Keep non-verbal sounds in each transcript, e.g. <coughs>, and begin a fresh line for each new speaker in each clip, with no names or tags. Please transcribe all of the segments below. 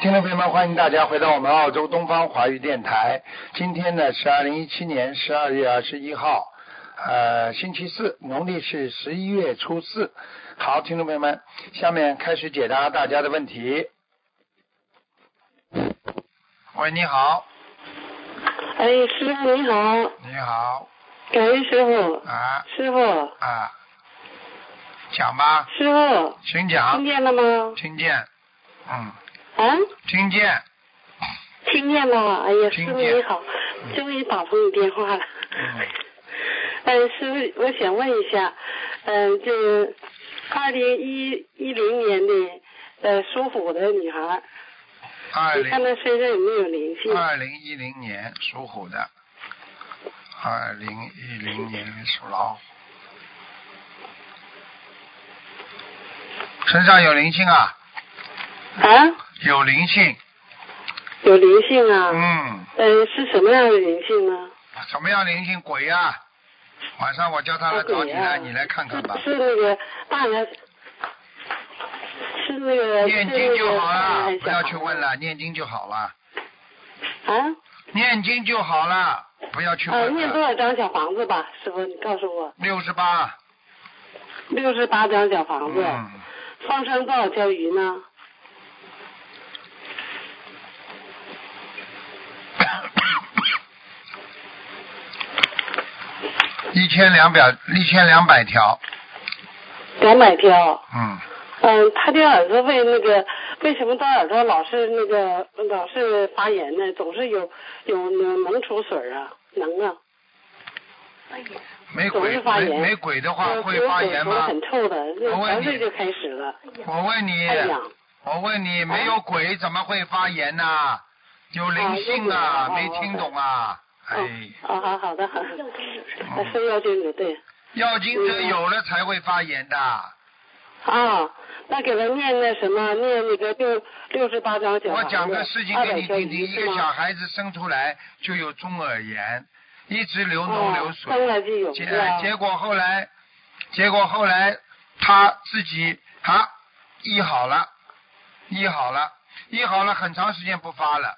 听众朋友们，欢迎大家回到我们澳洲东方华语电台。今天呢是二零一七年十二月二十一号，呃，星期四，农历是十一月初四。好，听众朋友们，下面开始解答大家的问题。喂，你好，
哎，师傅你好，
你好，
感恩师傅，
啊
师傅，
啊，讲吧，
师傅，
请
听
讲，
见了吗？
听见，嗯，
啊，
听见，
听见了，哎呀，
听
师傅
见
你好，终于打通你电话了。
嗯，
<laughs> 哎，师傅，我想问一下，嗯、就是二零一一零年的呃属虎的女孩，
二
你
零
看她身上有没有灵性？
二零一零年属虎的，二零一零年属老虎，身上有灵性啊，
啊，
有灵性，
有灵性啊？
嗯，
呃，是什么样的灵性呢？
什么样灵性鬼呀、晚上我叫他来找你
啊
来，你来看看吧
是。是那个大人，是那个嗯
念经就好了，不要去问。
是那个大人还是小孩
了，念经就好了，
啊，
念经就好了，不要去
呃，
问
念多
了。
少张小房子吧，师傅，你告诉我，
六十八，
六十八张小房子，
嗯，
放生多少条鱼呢？
<coughs> 一千两百一千两百条，
两百条。
嗯。
嗯、他的耳朵为那个为什么他耳朵老是那个老是发炎呢？总是有有能能出水儿啊，能啊，
没鬼
总是发
没
炎
没鬼的话
呃
会发炎
有水
吗？
很臭的，那
我问
三
你
岁就开始了，
我问你，
太痒。
我问你，没有鬼怎么会发炎呢、有灵性
啊
啊，
有
没
鬼
听懂啊？哎，
哦，好好好的，好的，啊
嗯
是要这个对。
药精者有了才会发炎的。
啊，那给他念那什么，念那个六六十八章小
我
房子
讲个事情给你听听，一
200
个
条鱼是
小
吗
孩子生出来就有中耳炎，一直流脓流水
哦，生来就有
结
是吧
结果后来，结果后来他自己啊医好了，医好了，医好了，很长时间不发了。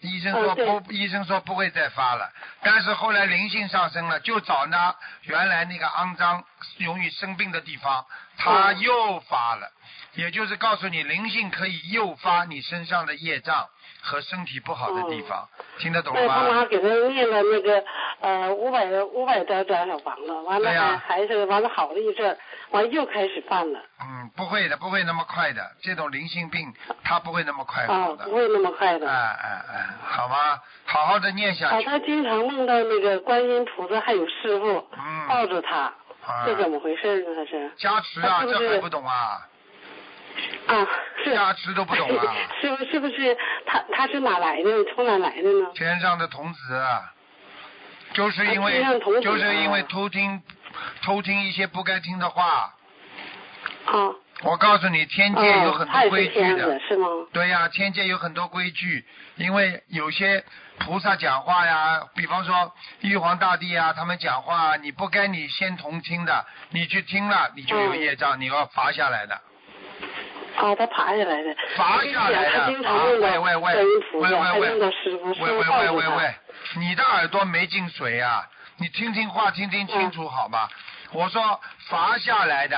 医生说
嗯对
不，医生说不会再发了。但是后来灵性上升了，就找呢原来那个肮脏、容易生病的地方，他
嗯
又发了。也就是告诉你，灵性可以诱发你身上的业障和身体不好的地方，听得懂
哦那他
吗？
妈给他念了那个呃五百五百多张小房子，完了
对
还、
呀
还是完了好了一阵儿，完了又开始犯了，
嗯，不会的，不会那么快的。这种灵性病，它不会那么快
啊
哎好，的
不。会那么快的。
哎哎哎，好吗？好好的念下
啊，
去。
他经常梦到那个观音菩萨还有师傅抱
嗯。
着他，
啊
这怎么回事呢？他是
加持啊，
他是不
这
是
还不懂啊？
啊，是
加持都不懂啊！
<laughs> 是不是不是他他是哪来的？从哪来的呢？
天上的童子啊，就是因
啊天
为、
上童子啊
就是因为偷听偷听一些不该听的话。
啊，
我告诉你，天界有很
哦他
多
也
规
是
矩
天
的。
子是吗？
对呀、天界有很多规矩，因为有些菩萨讲话呀，比方说玉皇大帝呀，他们讲话，你不该你先同听的，你去听了，你就有业障，你要罚下来的。
啊，他爬下来的。
罚下来的
嗯他经常梦
啊
到
喂喂喂
观音菩
喂喂
萨，还
喂
梦到师傅，师
喂
傅
喂
抱
喂
着
喂
他。
喂，你的耳朵没进水呀、你听听话，听听清
嗯
楚好吗？我说罚下来的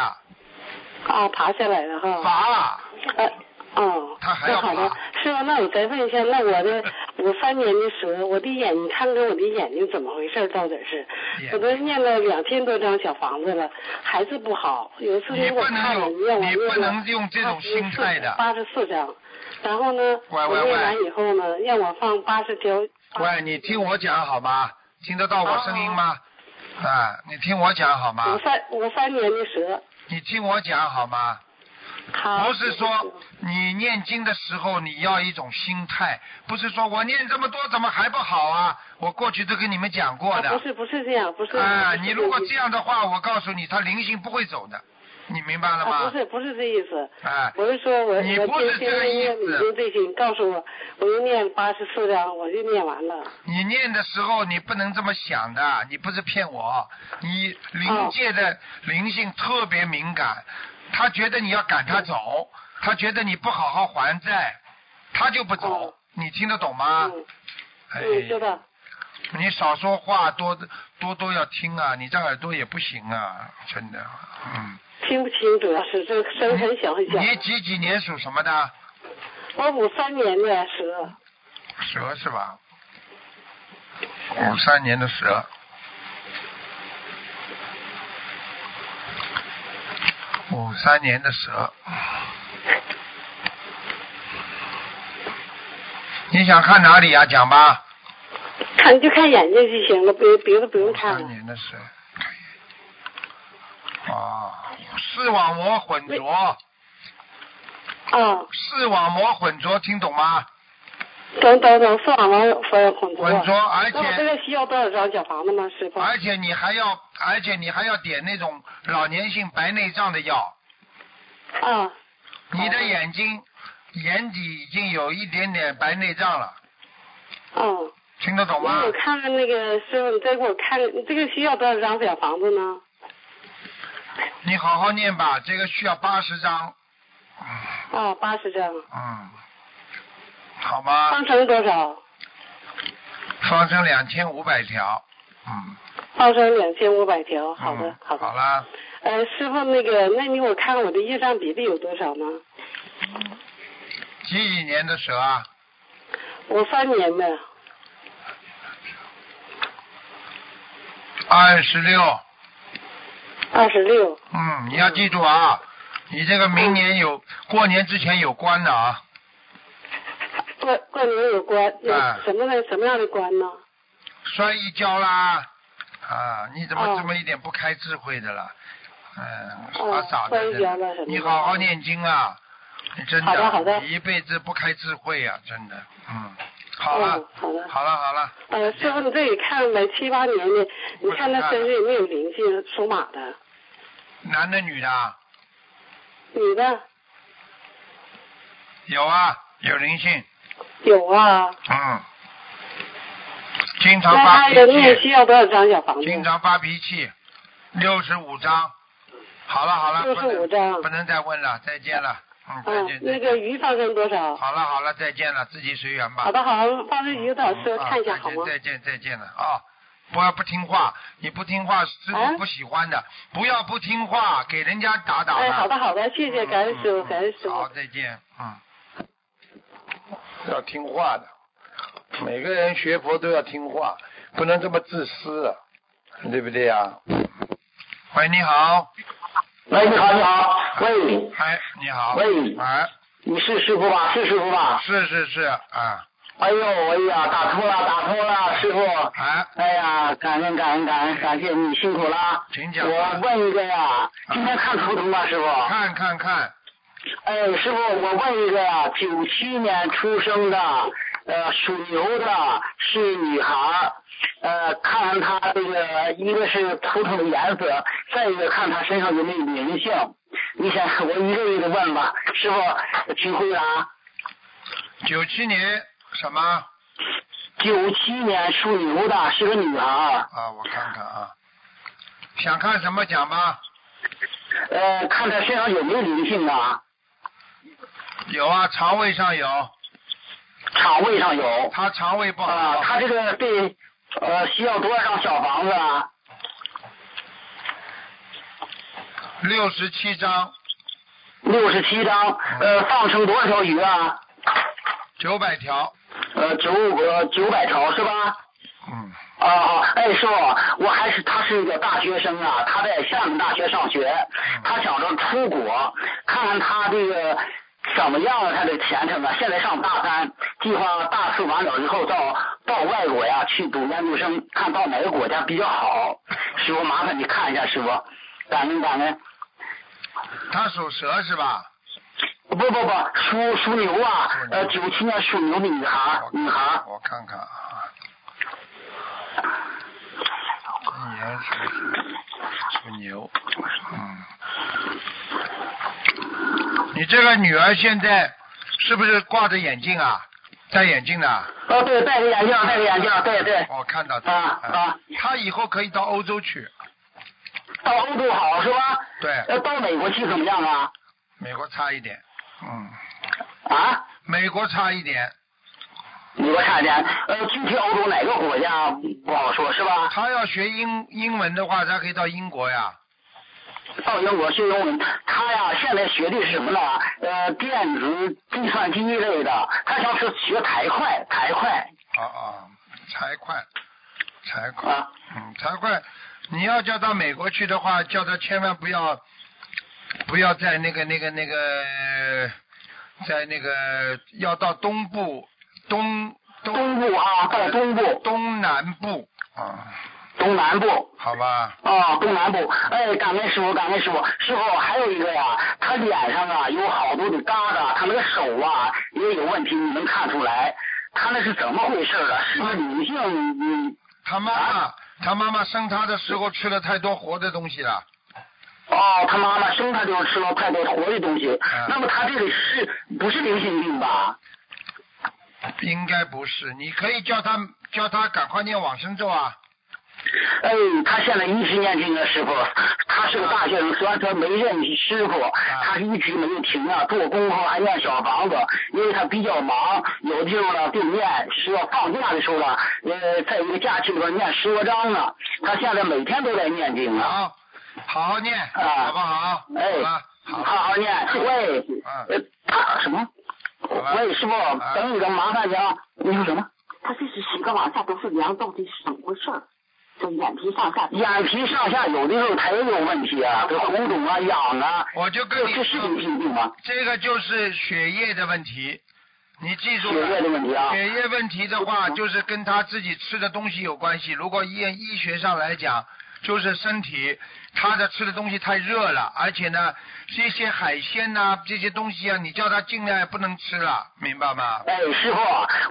啊，爬下来了哈。
罚，
呃哦，
他还要
那好的
爬，
师傅，那我再问一下，那我
<laughs>
的五三年的蛇，我的眼，你看看我的眼睛怎么回事？到底是
眼，
我都念了两千多张小房子了，还是不好。有一次
你
给我
不能
看了，
有
让我
你
念
不
了
能用这种心态的。
八十四张，然后呢，
喂
我
喂
念
喂
完以后呢，让我放八十条。
喂，你听我讲好吗？听得到我声音吗？
哦
啊，你听我讲好
五
吗？
三五三年的蛇，
你听我讲好吗？
好。
不是说你念经的时候你要一种心态，不是说我念这么多怎么还不好啊？我过去都跟你们讲过
啊不
的。
是不是这样，不是。
啊，
不是
你如果
个意
这样的话，我告诉你，他灵性不会走的，你明白
思
了
啊，
吗
不？是不是这意思。
啊，
我是说我，我
你
天
不是
天
这个意
念
思
你就这些，你告诉我，我就念八十四章，我就念完了。
你念的时候你不能这么想的，你不是骗我，你灵界的灵性特别敏感，他觉得你要赶他走，他觉得你不好好还债，他就不走，
哦
你听得懂吗？
嗯
啊哎，
嗯，知道。
你少说话，多多多要听啊，你这耳朵也不行啊，真的，嗯。
听不清，主要是这个声嗯很小很小。
你几几年属什么的？
我五三年的蛇，
蛇是吧？五三年的蛇。五三年的蛇。你想看哪里呀、啊讲吧。
看就看眼睛就行了，别别的不用
五
看
三
了。
年的蛇。哦，视网膜混浊，
啊，
视网膜混浊，听懂吗？
等等等，送完了，说要混浊。
混浊，而
那我
且
这个需要多少张小房子吗，师傅？
而且你还要，而且你还要点那种老年性白内障的药。
啊，
你的眼睛眼底已经有一点点白内障了，
嗯。
听得懂吗
那我？看看那个师傅，你再给我看，你这个需要多少张小房子呢？
你好好念吧，这个需要八十张，
啊，八十张。
嗯，好吗？
放生多少？
放生两千五百条，嗯，
放生两千五百条。好的
嗯，
好的。
了，
呃，师傅，那个，那你给我看看我的业障比例有多少呢？
几几年的蛇啊？
我三年的，
二十六，
二十六。
嗯，你要记住啊，你这个明年有过年之前有关的啊，
过过年有关，有
啊
什么的什么样的关呢？
摔一跤啦，啊，你怎么
哦
这么一点不开智慧的了？嗯，
哦
傻傻的
摔一
真
跤了
的
什么，
你
的
好好念经啊！你真
好的好的
你一辈子不开智慧啊，真的，嗯，好了
嗯，好的
好了，好了，
呃，师傅，你这里看呗，七八年的，你看他身上有没有灵性？属马的，
男的女的啊
女的
有啊，有灵性，
有啊。
嗯，经常
那
发
他
脾
的念
气，
需要多少张小房子？
经常发脾气，六十五章，好了好了，不
65
能
张
不能再问了，再见了，嗯，再
嗯
见，，
那
再
个
见。
鱼放生多少？
好了好了，再见了，自己随缘吧。
好的，好，放生鱼多少？师傅
嗯
看一下
啊
好吗？
再见，再见，再见了啊！不要不听话，你不听话，师
啊
傅不喜欢的。不要不听话，给人家打打
哎，好的，好的，谢谢，感恩师
嗯
傅，
嗯
感恩师
好，
傅。
再见，嗯。要听话的，每个人学佛都要听话，不能这么自私、啊，对不对呀、喂，你好，
喂，你好，你好，喂，
哎，你好，
喂
哎，
你是师傅吧？是师傅吧？
是是是，啊，
哎呦，哎呀，打通了，打通了，师傅。
哎，
哎呀，感恩感恩感恩，感谢你辛苦了。
请讲，啊
我问一个呀，今天看图腾吧，师傅。
看看看，
哎，师傅，我问一个呀，九七年出生的，呃，属牛的，是女孩儿，呃，看看她这个，一个是图腾的颜色，再一个看她身上有没有灵性。你想，我一个一个问吧，师傅，请回答。
九七年什么？啊
九七年属牛的，是个女孩儿，
啊，我看看啊，想看什么讲吧？
呃，看她身上有没有灵性啊？
有啊，肠胃上有，
肠胃上有。
他肠胃不
啊、
好，
她这个对，呃，需要多少张小房子啊？
六十七张，
六十七张，呃，放生多少条鱼啊？
九百条，
呃，九呃九百条是吧？
嗯，
啊好，哎师傅，我还是他是一个大学生啊，他在厦门大学上学，他想着出国，看看他这个怎么样了，他的前程啊。现在上大三，计划大四完了以后到到外国呀去读研究生，看到哪个国家比较好。师傅，麻烦你看一下，师傅，感恩感恩。
他属蛇是吧？
不不不，属属牛啊
属，牛
呃，九七年属牛的女孩，
我
女孩
看，我看看啊，一年属属牛，嗯，你这个女儿现在是不是挂着眼镜啊？戴眼镜的？
哦对，戴着眼镜，戴着眼镜，对对，
我看到她，
啊啊，
她以后可以到欧洲去，
到欧洲好是吧？
对，
呃，到美国去怎么样啊？
美国差一点，嗯，
啊？
美国差一点，
美国差一点，呃，具体欧洲哪个国家不好说，是吧？
他要学英英文的话，他可以到英国呀。
到英国学英文，他呀现在学的是什么呢？呃，电子计算机一类的，他想是学台会，台会
啊啊，财会，财会，
啊，
嗯，财会，你要叫到美国去的话，叫他千万不要，不要在那个那个那个，在那个要到东部东东
东部啊，到东部、
东南部啊，
东南部。
好吧，
啊，东南部，哎，感恩师傅，感恩师傅，师傅还有一个呀，他脸上啊有好多的疙瘩，他那个手啊也有问题，你能看出来，他那是怎么回事啊？是不是女性？嗯，
他妈妈他妈妈生他的时候吃了太多活的东西了，
哦，他妈妈生他就吃了太多活的东西，
嗯
那么他这个是不是灵性病吧？
应该不是，你可以叫他叫他赶快念往生咒啊，
哎，他现在一直念经啊，师傅，他是个大学生，虽然他没认识师傅，他一直没有停啊，做功课还念小房子，因为他比较忙，有的时候呢就念，是要放假的时候呢，呃，在一个假期里边念十多章呢，他现在每天都在念经啊，
好，好好念，
啊
好不好？
哎
好了，好嗯
好，好念，喂，呃，他什么？
了
喂，师傅，
嗯
等你的麻烦你啊，你说什么？
他这是十个往下都是凉，到底是怎么回事儿？就眼皮上下
眼皮上下有的时候他也有问题啊，这红肿啊、痒啊，
我就跟
这
你
这是灵
说，
性病啊吗？
这个就是血液的问题，你记住
血液
了。
的问题啊。
血液问题的话，就是跟他自己吃的东西有关系。如果医医学上来讲，就是身体他的吃的东西太热了，而且呢，这些海鲜呐、这些东西啊，你叫他尽量也不能吃了，明白吗？
哎，师傅，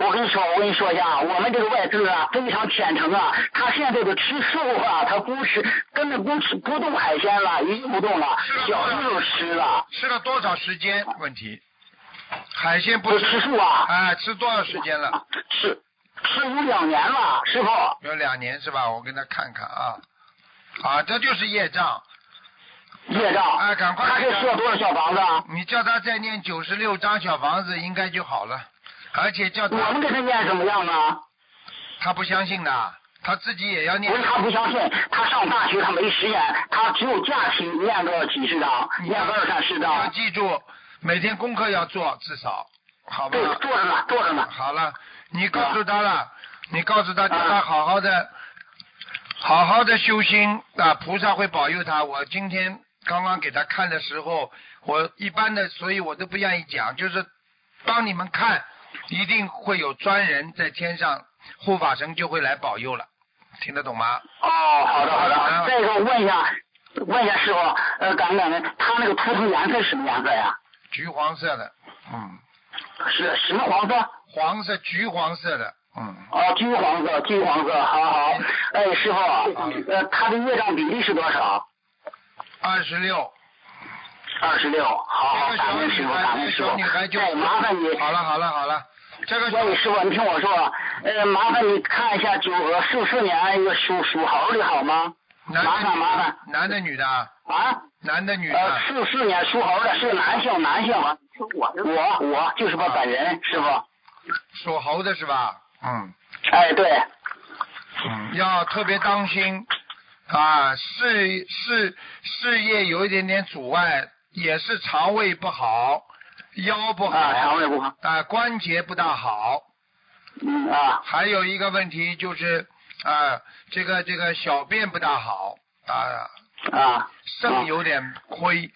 我跟你说，我跟你说一下，我们这个外资啊，非常虔诚啊。他现在都吃素啊，他不吃，根本不吃不动海鲜了，一定不动了
是的，
小时候吃了，
吃了多少时间问题？海鲜不
不吃
吃，
素啊，
哎，吃多少时间了？
吃吃五两年了，师傅。
有两年是吧？我跟他看看啊，啊，这就是业障。
业障，
哎赶快
他这吃了多少小房子啊？
你叫他再念九十六张小房子，应该就好了。而且叫
我们
他，
给他念怎么样啊？
他不相信的，他自己也要
不是
念。
他不相信，他上大学他没实验，他只有假期念个几十章，
嗯
念个二三十
要
章。
记住，每天功课要做，至少，好吧
对？，坐着呢，坐着呢。
好了，你告诉他了，你告诉他，叫
啊
他好好的，好好的修心啊，菩萨会保佑他。我今天刚刚给他看的时候，我一般的，所以我都不愿意讲，就是帮你们看，一定会有专人在天上，护法神就会来保佑了，听得懂吗？
哦，好的好
好的
的。再一个，问一下，问一下师傅，呃，感恩感恩，他那个图腾颜色是什么颜色呀？
橘黄色的，嗯，
是什么黄色？
黄色橘黄色的，嗯，
哦，金黄色，金黄色，好好。哎，师傅，呃，他的业障比例是多少？
二十六。
二十六。好好，
这个
感
小
恩
女
师傅，
孩，
感
这
恩
个
师
小女孩
傅。
就
哎，麻烦你，
好了好了好了，这个
喂，师傅，你听我说，呃，麻烦你看一下九呃四四年一个属属猴的好吗？
男
麻
的
烦麻烦
男的女的啊，
啊？
男的女
呃
的，，
四四年属猴的是个男性，男性。
是我的
我我就是
啊
我本人，师傅。
属猴的是吧？嗯
哎，对，
嗯，要特别当心啊，事事事业有一点点阻碍，也是肠胃不好，腰不
啊，肠
好，
胃不好，
啊关节不大好，
嗯啊，
还有一个问题就是啊这个这个小便不大好啊，
啊，
肾有点亏，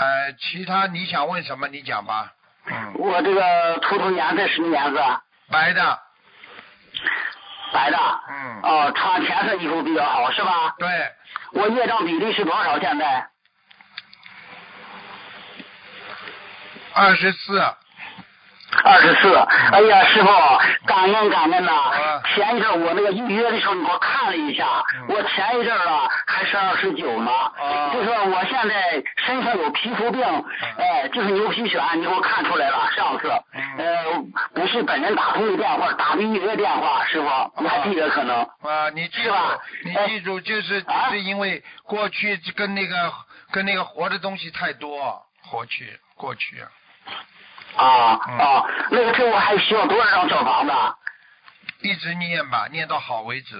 呃其他你想问什么你讲吧，嗯，
我这个图腾颜色什么颜色？
白的，
白的。
嗯
哦，穿浅色衣服比较好，是吧？
对。
我业障比例是多少？现在
二十四，
二十四。哎呀，师傅，感恩感恩呐、
嗯啊
前一阵儿我那个预约的时候，你给我看了一下，
嗯
我前一阵儿啊还是二十九呢。
啊嗯
就说我现在身上有皮肤病，哎，就是牛皮癣，你给我看出来了。上次，
嗯
呃，不是本人打通的电话，打的预约电话，师傅，我
哦
还记得可能。
啊，你记
是
住
吧，
你
哎
记住，就是就
啊
是因为过去跟那个跟那个活的东西太多，活去过去，
啊
嗯
啊，那个这我还需要多少张小房子啊？
一直念吧，念到好为止，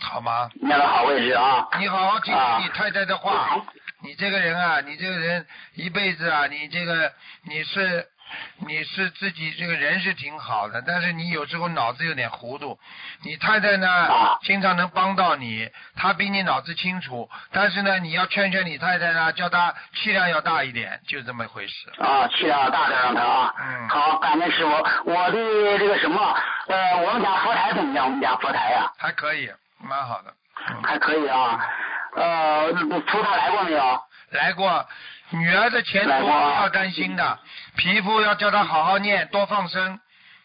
好吗？
念到好位置啊。嗯
你好好听听你太太的话。
哎
你这个人啊，你这个人一辈子啊，你这个你是你是自己这个人是挺好的，但是你有时候脑子有点糊涂。你太太呢
啊，
经常能帮到你，她比你脑子清楚，但是呢，你要劝劝你太太呢，叫她气量要大一点，就这么回事。
啊，气量大点让他啊。
嗯
好，感恩师傅。我的这个什么，呃，我们家佛台怎么样？我们家佛台呀、
还可以，蛮好的。
还可以啊。呃，菩萨来过没有？
来过，女儿的前途
来
不
过啊
要担心的，皮肤要叫她好好念，多放生，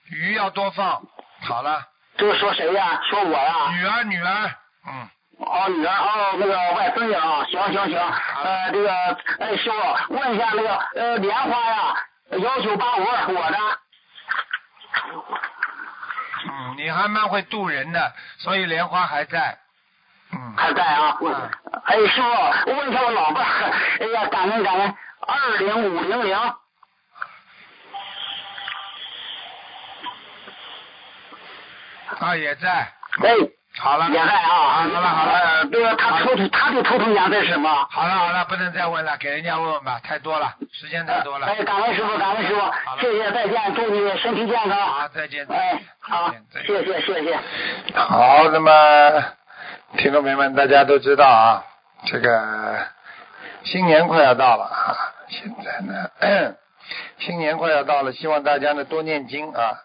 鱼要多放。好了，
这个说谁呀、说我呀、
女儿女儿，嗯。
哦，女儿哦，那个外孙女啊，行行行，呃，这个哎师傅问一下那个呃莲花呀，幺九八五二是我的，
嗯，你还蛮会渡人的，所以莲花还在。嗯，
还在啊
我。
哎师傅，问一下我老伴儿，哎呀感恩感恩，二零五零零，
啊也在。
哎
好了，
也在啊。
好了好了
呃这个他头他的头疼颜色是什么？
好了好了，不能再问了，给人家问问吧，太多了，时间太多了。
哎，感恩师傅，感恩师
好了
傅，谢谢，再见，祝你身体健
好，
康。
再见。
哎，好
再见，再见
谢谢谢谢。
好，那么听众朋友们，大家都知道啊，这个新年快要到了啊，现在呢， <clears throat> 新年快要到了，希望大家呢多念经啊，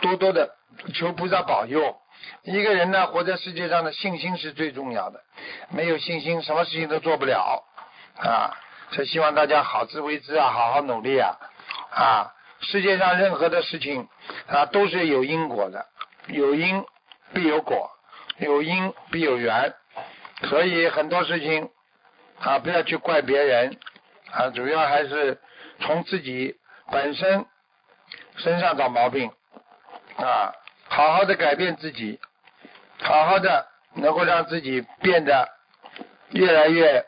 多多的求菩萨保佑。一个人呢，活在世界上的信心是最重要的，没有信心，什么事情都做不了啊。所以希望大家好自为之啊，好好努力啊啊！世界上任何的事情啊，都是有因果的，有因必有果，有因必有缘，所以很多事情啊，不要去怪别人啊，主要还是从自己本身身上找毛病啊，好好的改变自己，好好的能够让自己变得越来越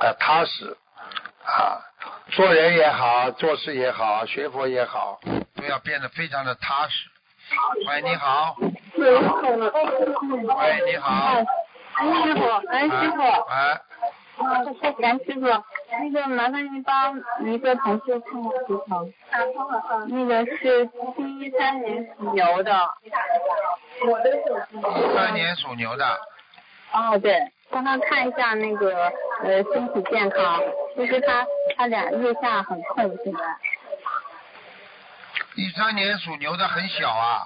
啊踏实啊，做人也好，做事也好，学佛也好，都要变得非常的踏实。喂，你好。喂，你好。
师傅，哎，师傅，
哎，
哎，师傅，那个麻烦您帮一个同事看个图腾，那个是七三年属牛的，
三年属牛的，
哦，对，帮他看一下那个呃身体健康，就是他他俩腋下很痛，现在，
一三年属牛的很小啊，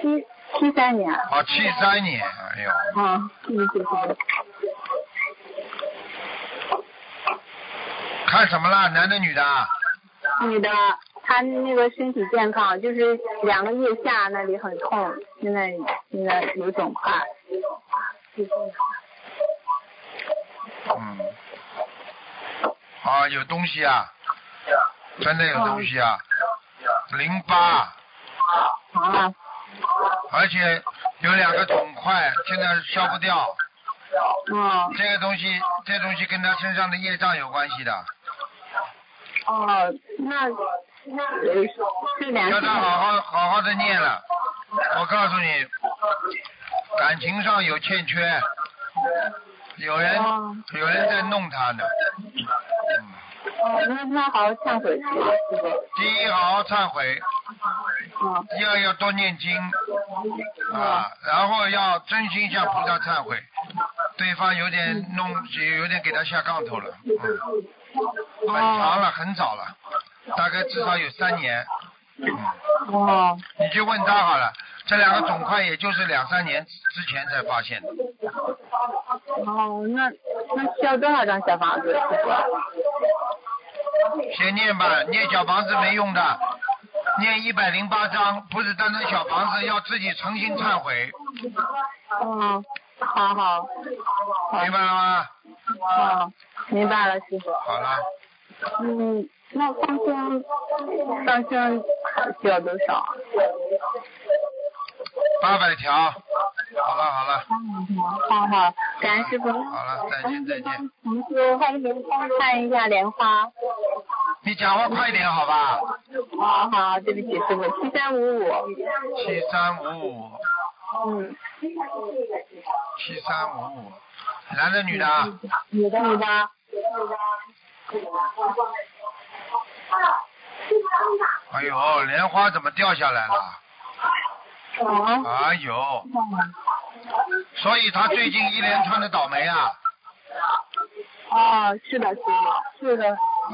七七三年，
哦，七三年，哎呦，
啊，谢谢谢谢，
看什么啦？男的女的啊？
女的，她那个身体健康，就是两个腋下那里很痛，现在现在有肿块，
嗯，啊，有东西啊，真的有东西啊，淋巴，
啊，
而且有两个肿块，现在消不掉，
嗯。
这个东西，这东西跟他身上的业障有关系的，
哦，那那呃是两
叫
个
他好好好好的念了，我告诉你，感情上有欠缺，有人
哦
有人在弄他呢。
哦，那那好好忏悔去吧，师傅。
第一，好好忏悔；
哦
第二，要多念经啊，然后要真心向菩萨忏悔。对方有点弄，有有点给他下杠头了，嗯，很长了，很早了，大概至少有三年。
哦
你去问他好了，这两个肿块也就是两三年之前才发现的。
哦，那那需要多少张小房子？师
先念吧，念小房子没用的，念一百零八章，不是单单小房子，要自己诚心忏悔，
傅？哦，好好，
明白了吗？
哦，明白了，师傅。
好了，
嗯，那放生放生需要多少？
八百条，好了好了，
嗯好好，感恩师傅。
好了，再见再见。
同事，欢迎您帮看一下莲花。
你讲话快一点好吧？
好啊好，对不起，师傅，七三五五，
七三五五，
嗯，
七三五五，男的女的啊？
女的女的，
哎呦，莲花怎么掉下来了？
啊，
哎呦，所以他最近一连串的倒霉啊！
哦，是的，师傅，是的，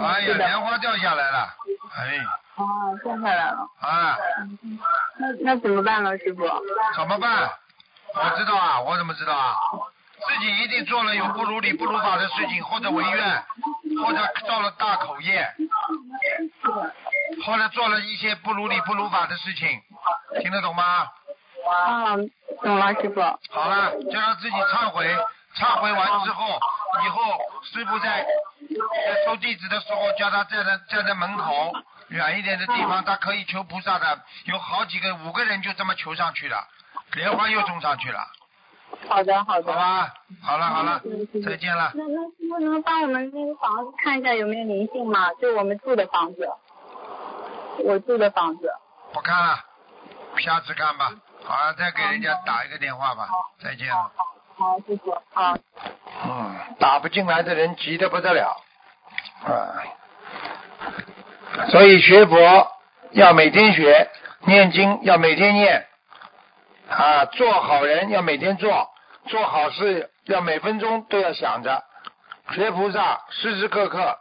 哎呀，
是的，
莲花掉下来了，哎，
哦，掉下来了，
啊，
那那怎么办呢，师傅？
怎么办？我知道啊，我怎么知道啊？自己一定做了有不如理不如法的事情，或者违愿，或者造了大口业，或者做了一些不如理不如法的事情，听得懂吗？
啊，懂了，师傅。
好了，就让自己忏悔，忏悔完之后，以后师傅在在收弟子的时候，叫他站在站在门口远一点的地方，他可以求菩萨的，有好几个五个人就这么求上去了，莲花又种上去了，
好的，好
好
的。
吧？好了好了，再见了。
那那师傅能帮我们那个房子看一下有没有灵性吗？就我们住的房子，我住的房子。
不看了，下次看吧。好了，再给人家打一个电话吧。再见了。
好，师傅，好。
嗯，打不进来的人急得不得了，啊，所以学佛要每天学，念经要每天念，啊，做好人要每天做，做好事要每分钟都要想着，学菩萨时时刻刻。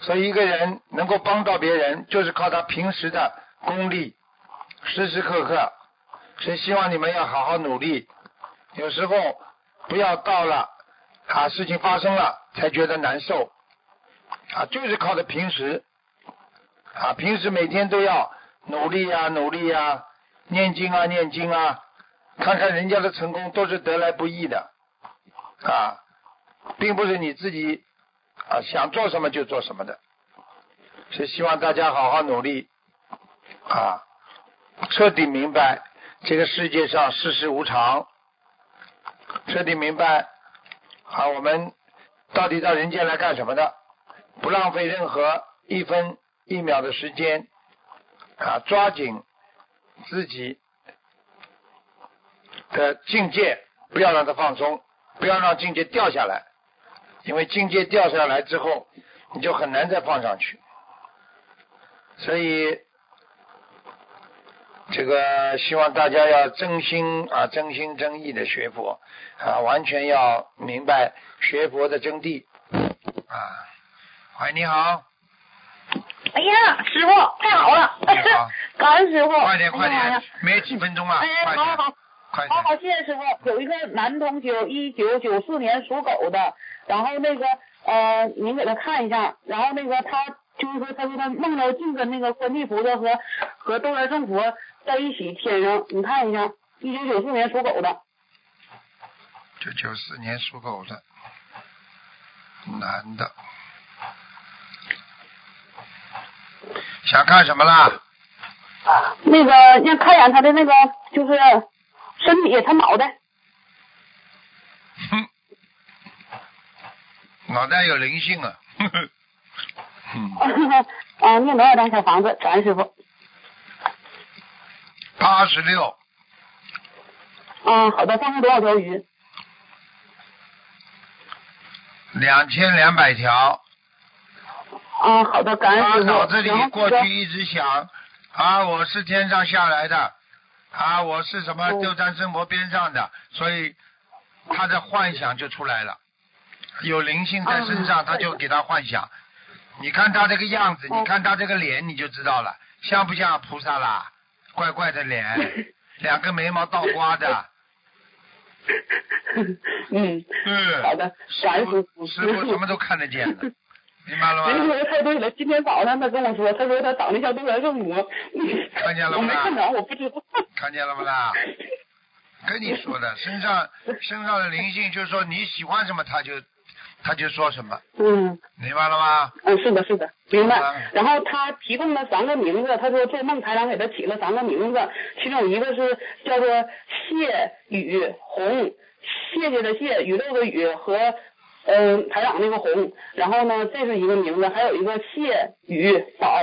所以一个人能够帮到别人，就是靠他平时的功力，时时刻刻。所以希望你们要好好努力，有时候不要到了啊事情发生了才觉得难受啊，就是靠着平时啊，平时每天都要努力呀、努力呀、念经啊念经啊，看看人家的成功都是得来不易的啊，并不是你自己啊想做什么就做什么的，是希望大家好好努力啊，彻底明白这个世界上世事无常。彻底明白啊，我们到底到人间来干什么的？不浪费任何一分一秒的时间啊，抓紧自己的境界，不要让它放松，不要让境界掉下来，因为境界掉下来之后，你就很难再放上去。所以，这个希望大家要真心啊，真心真意的学佛。啊，完全要明白学佛的真谛啊。喂，你好，
哎呀，师傅太好了
你好！
<laughs> 感恩师傅，
快点快
哎呀
点，没几分钟了，
哎呀
快
哎，好
点
好好，
快
好好
点，
谢谢师傅。有一个男同修，一九九四年属狗的，然后那个呃，您给他看一下，然后那个他就是说，他说他梦到净跟那个观地菩萨和和斗罗圣佛在一起天上，你看一下，一九九四年属狗的，
就九四年属狗的男的，想看什么啦？
那个让看一眼他的那个就是身体，他脑袋，
哼，脑袋有灵性啊！呵呵嗯，
啊，念多少张小房子？感恩师傅。
八十六，
嗯，好的，放生多少条鱼？
两千两百条。
嗯，好的，感恩
他
师傅。
啊脑子里
然后
过
说
去一直想啊，我是天上下来的，啊，我是什么
嗯
六战圣魔边上的，所以他的幻想就出来了，有灵性在身
嗯
上，他就给他幻想。你看他这个样子，你看他这个脸，你就知道了，像不像菩萨啦？怪怪的
<laughs>
脸，两个眉毛倒刮的，
嗯，
嗯，
好的，
师
感恩师
傅
傅。
师傅什么都看得见
<laughs>
的，明白了吗？
您 <laughs> 说的太对了，今天早上他跟我说，他说他长得像杜兰圣母，
看见了吗
我没看着，我不知道。
看见了不啦？跟你说的，身上
<laughs>
身上的灵性就是说你喜欢什么，他就他就说什么，
嗯
明白了吗？
嗯，是的，是的，明
嗯
白。然后他提供了三个名字，他说做梦台长给他起了三个名字，其中一个是叫做谢雨红，谢谢的谢，雨露的雨和
嗯、台长那个红，然后呢，这是一个名字，还有一个谢雨宝，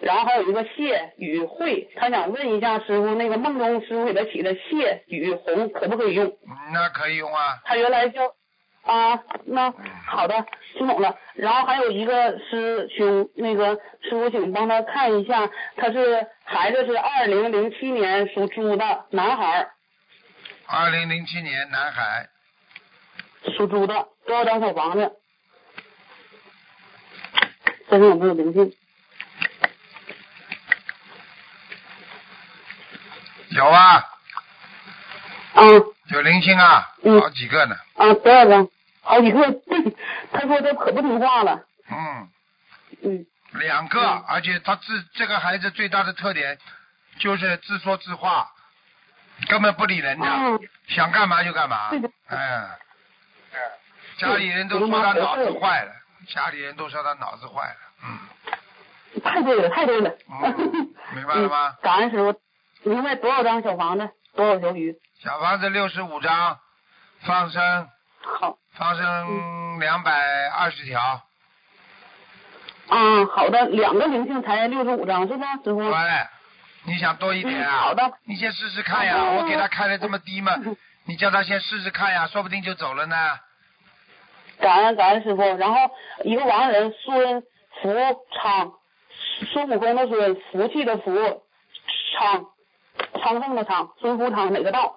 然后还有一个谢雨慧，他想问一下师傅，那个梦中师傅给他起的谢雨红可不可以用？
嗯那可以用啊。
他原来叫啊，那好的，听懂了。然后还有一个师兄，那个师傅，请帮他看一下，他是孩子是二零零七年属猪的男孩儿，
二零零七年男孩，
属猪的，多少张小房子？身上有没有灵性？
有啊，
嗯
有灵性啊，
嗯
好几个呢。
啊，多少张？好几个， <laughs> 他说他可不听话了，
嗯，
嗯，
两个，而且他自这个孩子最大的特点就是自说自话，根本不理人的，
嗯，
想干嘛就干嘛
对的。
嗯，家里人都说他脑子坏了，家里人都说他脑子坏了。嗯，
太对了，太对了，
嗯明白了吗
嗯感恩师傅，明白多少张小房子，多少条鱼？
小房子六十五张，放生
好，
放生两百二十条。
嗯，好的，两个灵性才六十五张是吧，师傅？
喂，你想多一点
嗯，
啊？
好的，嗯
你先试试看呀，
哦
我给他开的这么低嘛，你叫他先试试看呀，说不定就走了呢。
感恩感恩师傅。然后一个亡人孙福昌，孙悟空的孙，福气的福，昌，昌盛的昌，孙福昌哪个道？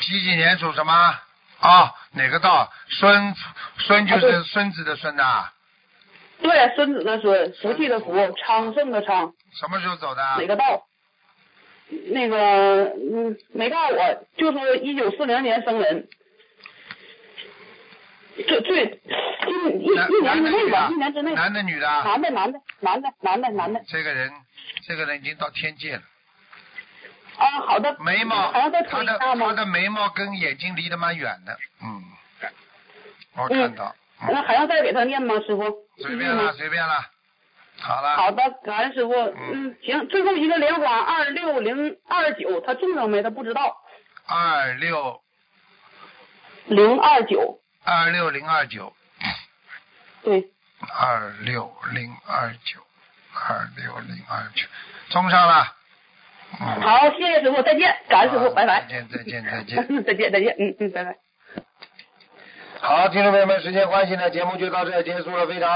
几几年属什么？啊、哪个道？孙孙就
啊对
是孙子的孙呐、
对，孙子的孙，福气的福，昌盛的昌，
什么时候走的？
哪个道？那个，嗯，没告诉我，就说一九四零年生人，最最就一
男男
一
的女
年之内吧，
的
一年之内，
男的女的啊？
男的男的男的男的男的
这个人，这个人已经到天界了。
啊，好的，
眉毛，
还要再
他
推一
的
下
他
吗？
的眉毛跟眼睛离得蛮远的，嗯，我看到，嗯
那还要再给他念吗，师傅？
随便了，随便了，好了，
嗯好的，感恩师傅。嗯，行，最后一个莲花二六零二九，他中了没？他不知道。
二六
零二九，
二六零二九，
对，
二六零二九，二六零二九，冲上了，嗯，
好，谢谢师傅，再见，感恩师
好
傅，拜拜。
再见再见再见。
<laughs> 再见，再见，嗯嗯，拜拜。
好，听众朋友们，时间关系呢，节目就到这儿结束了，非常。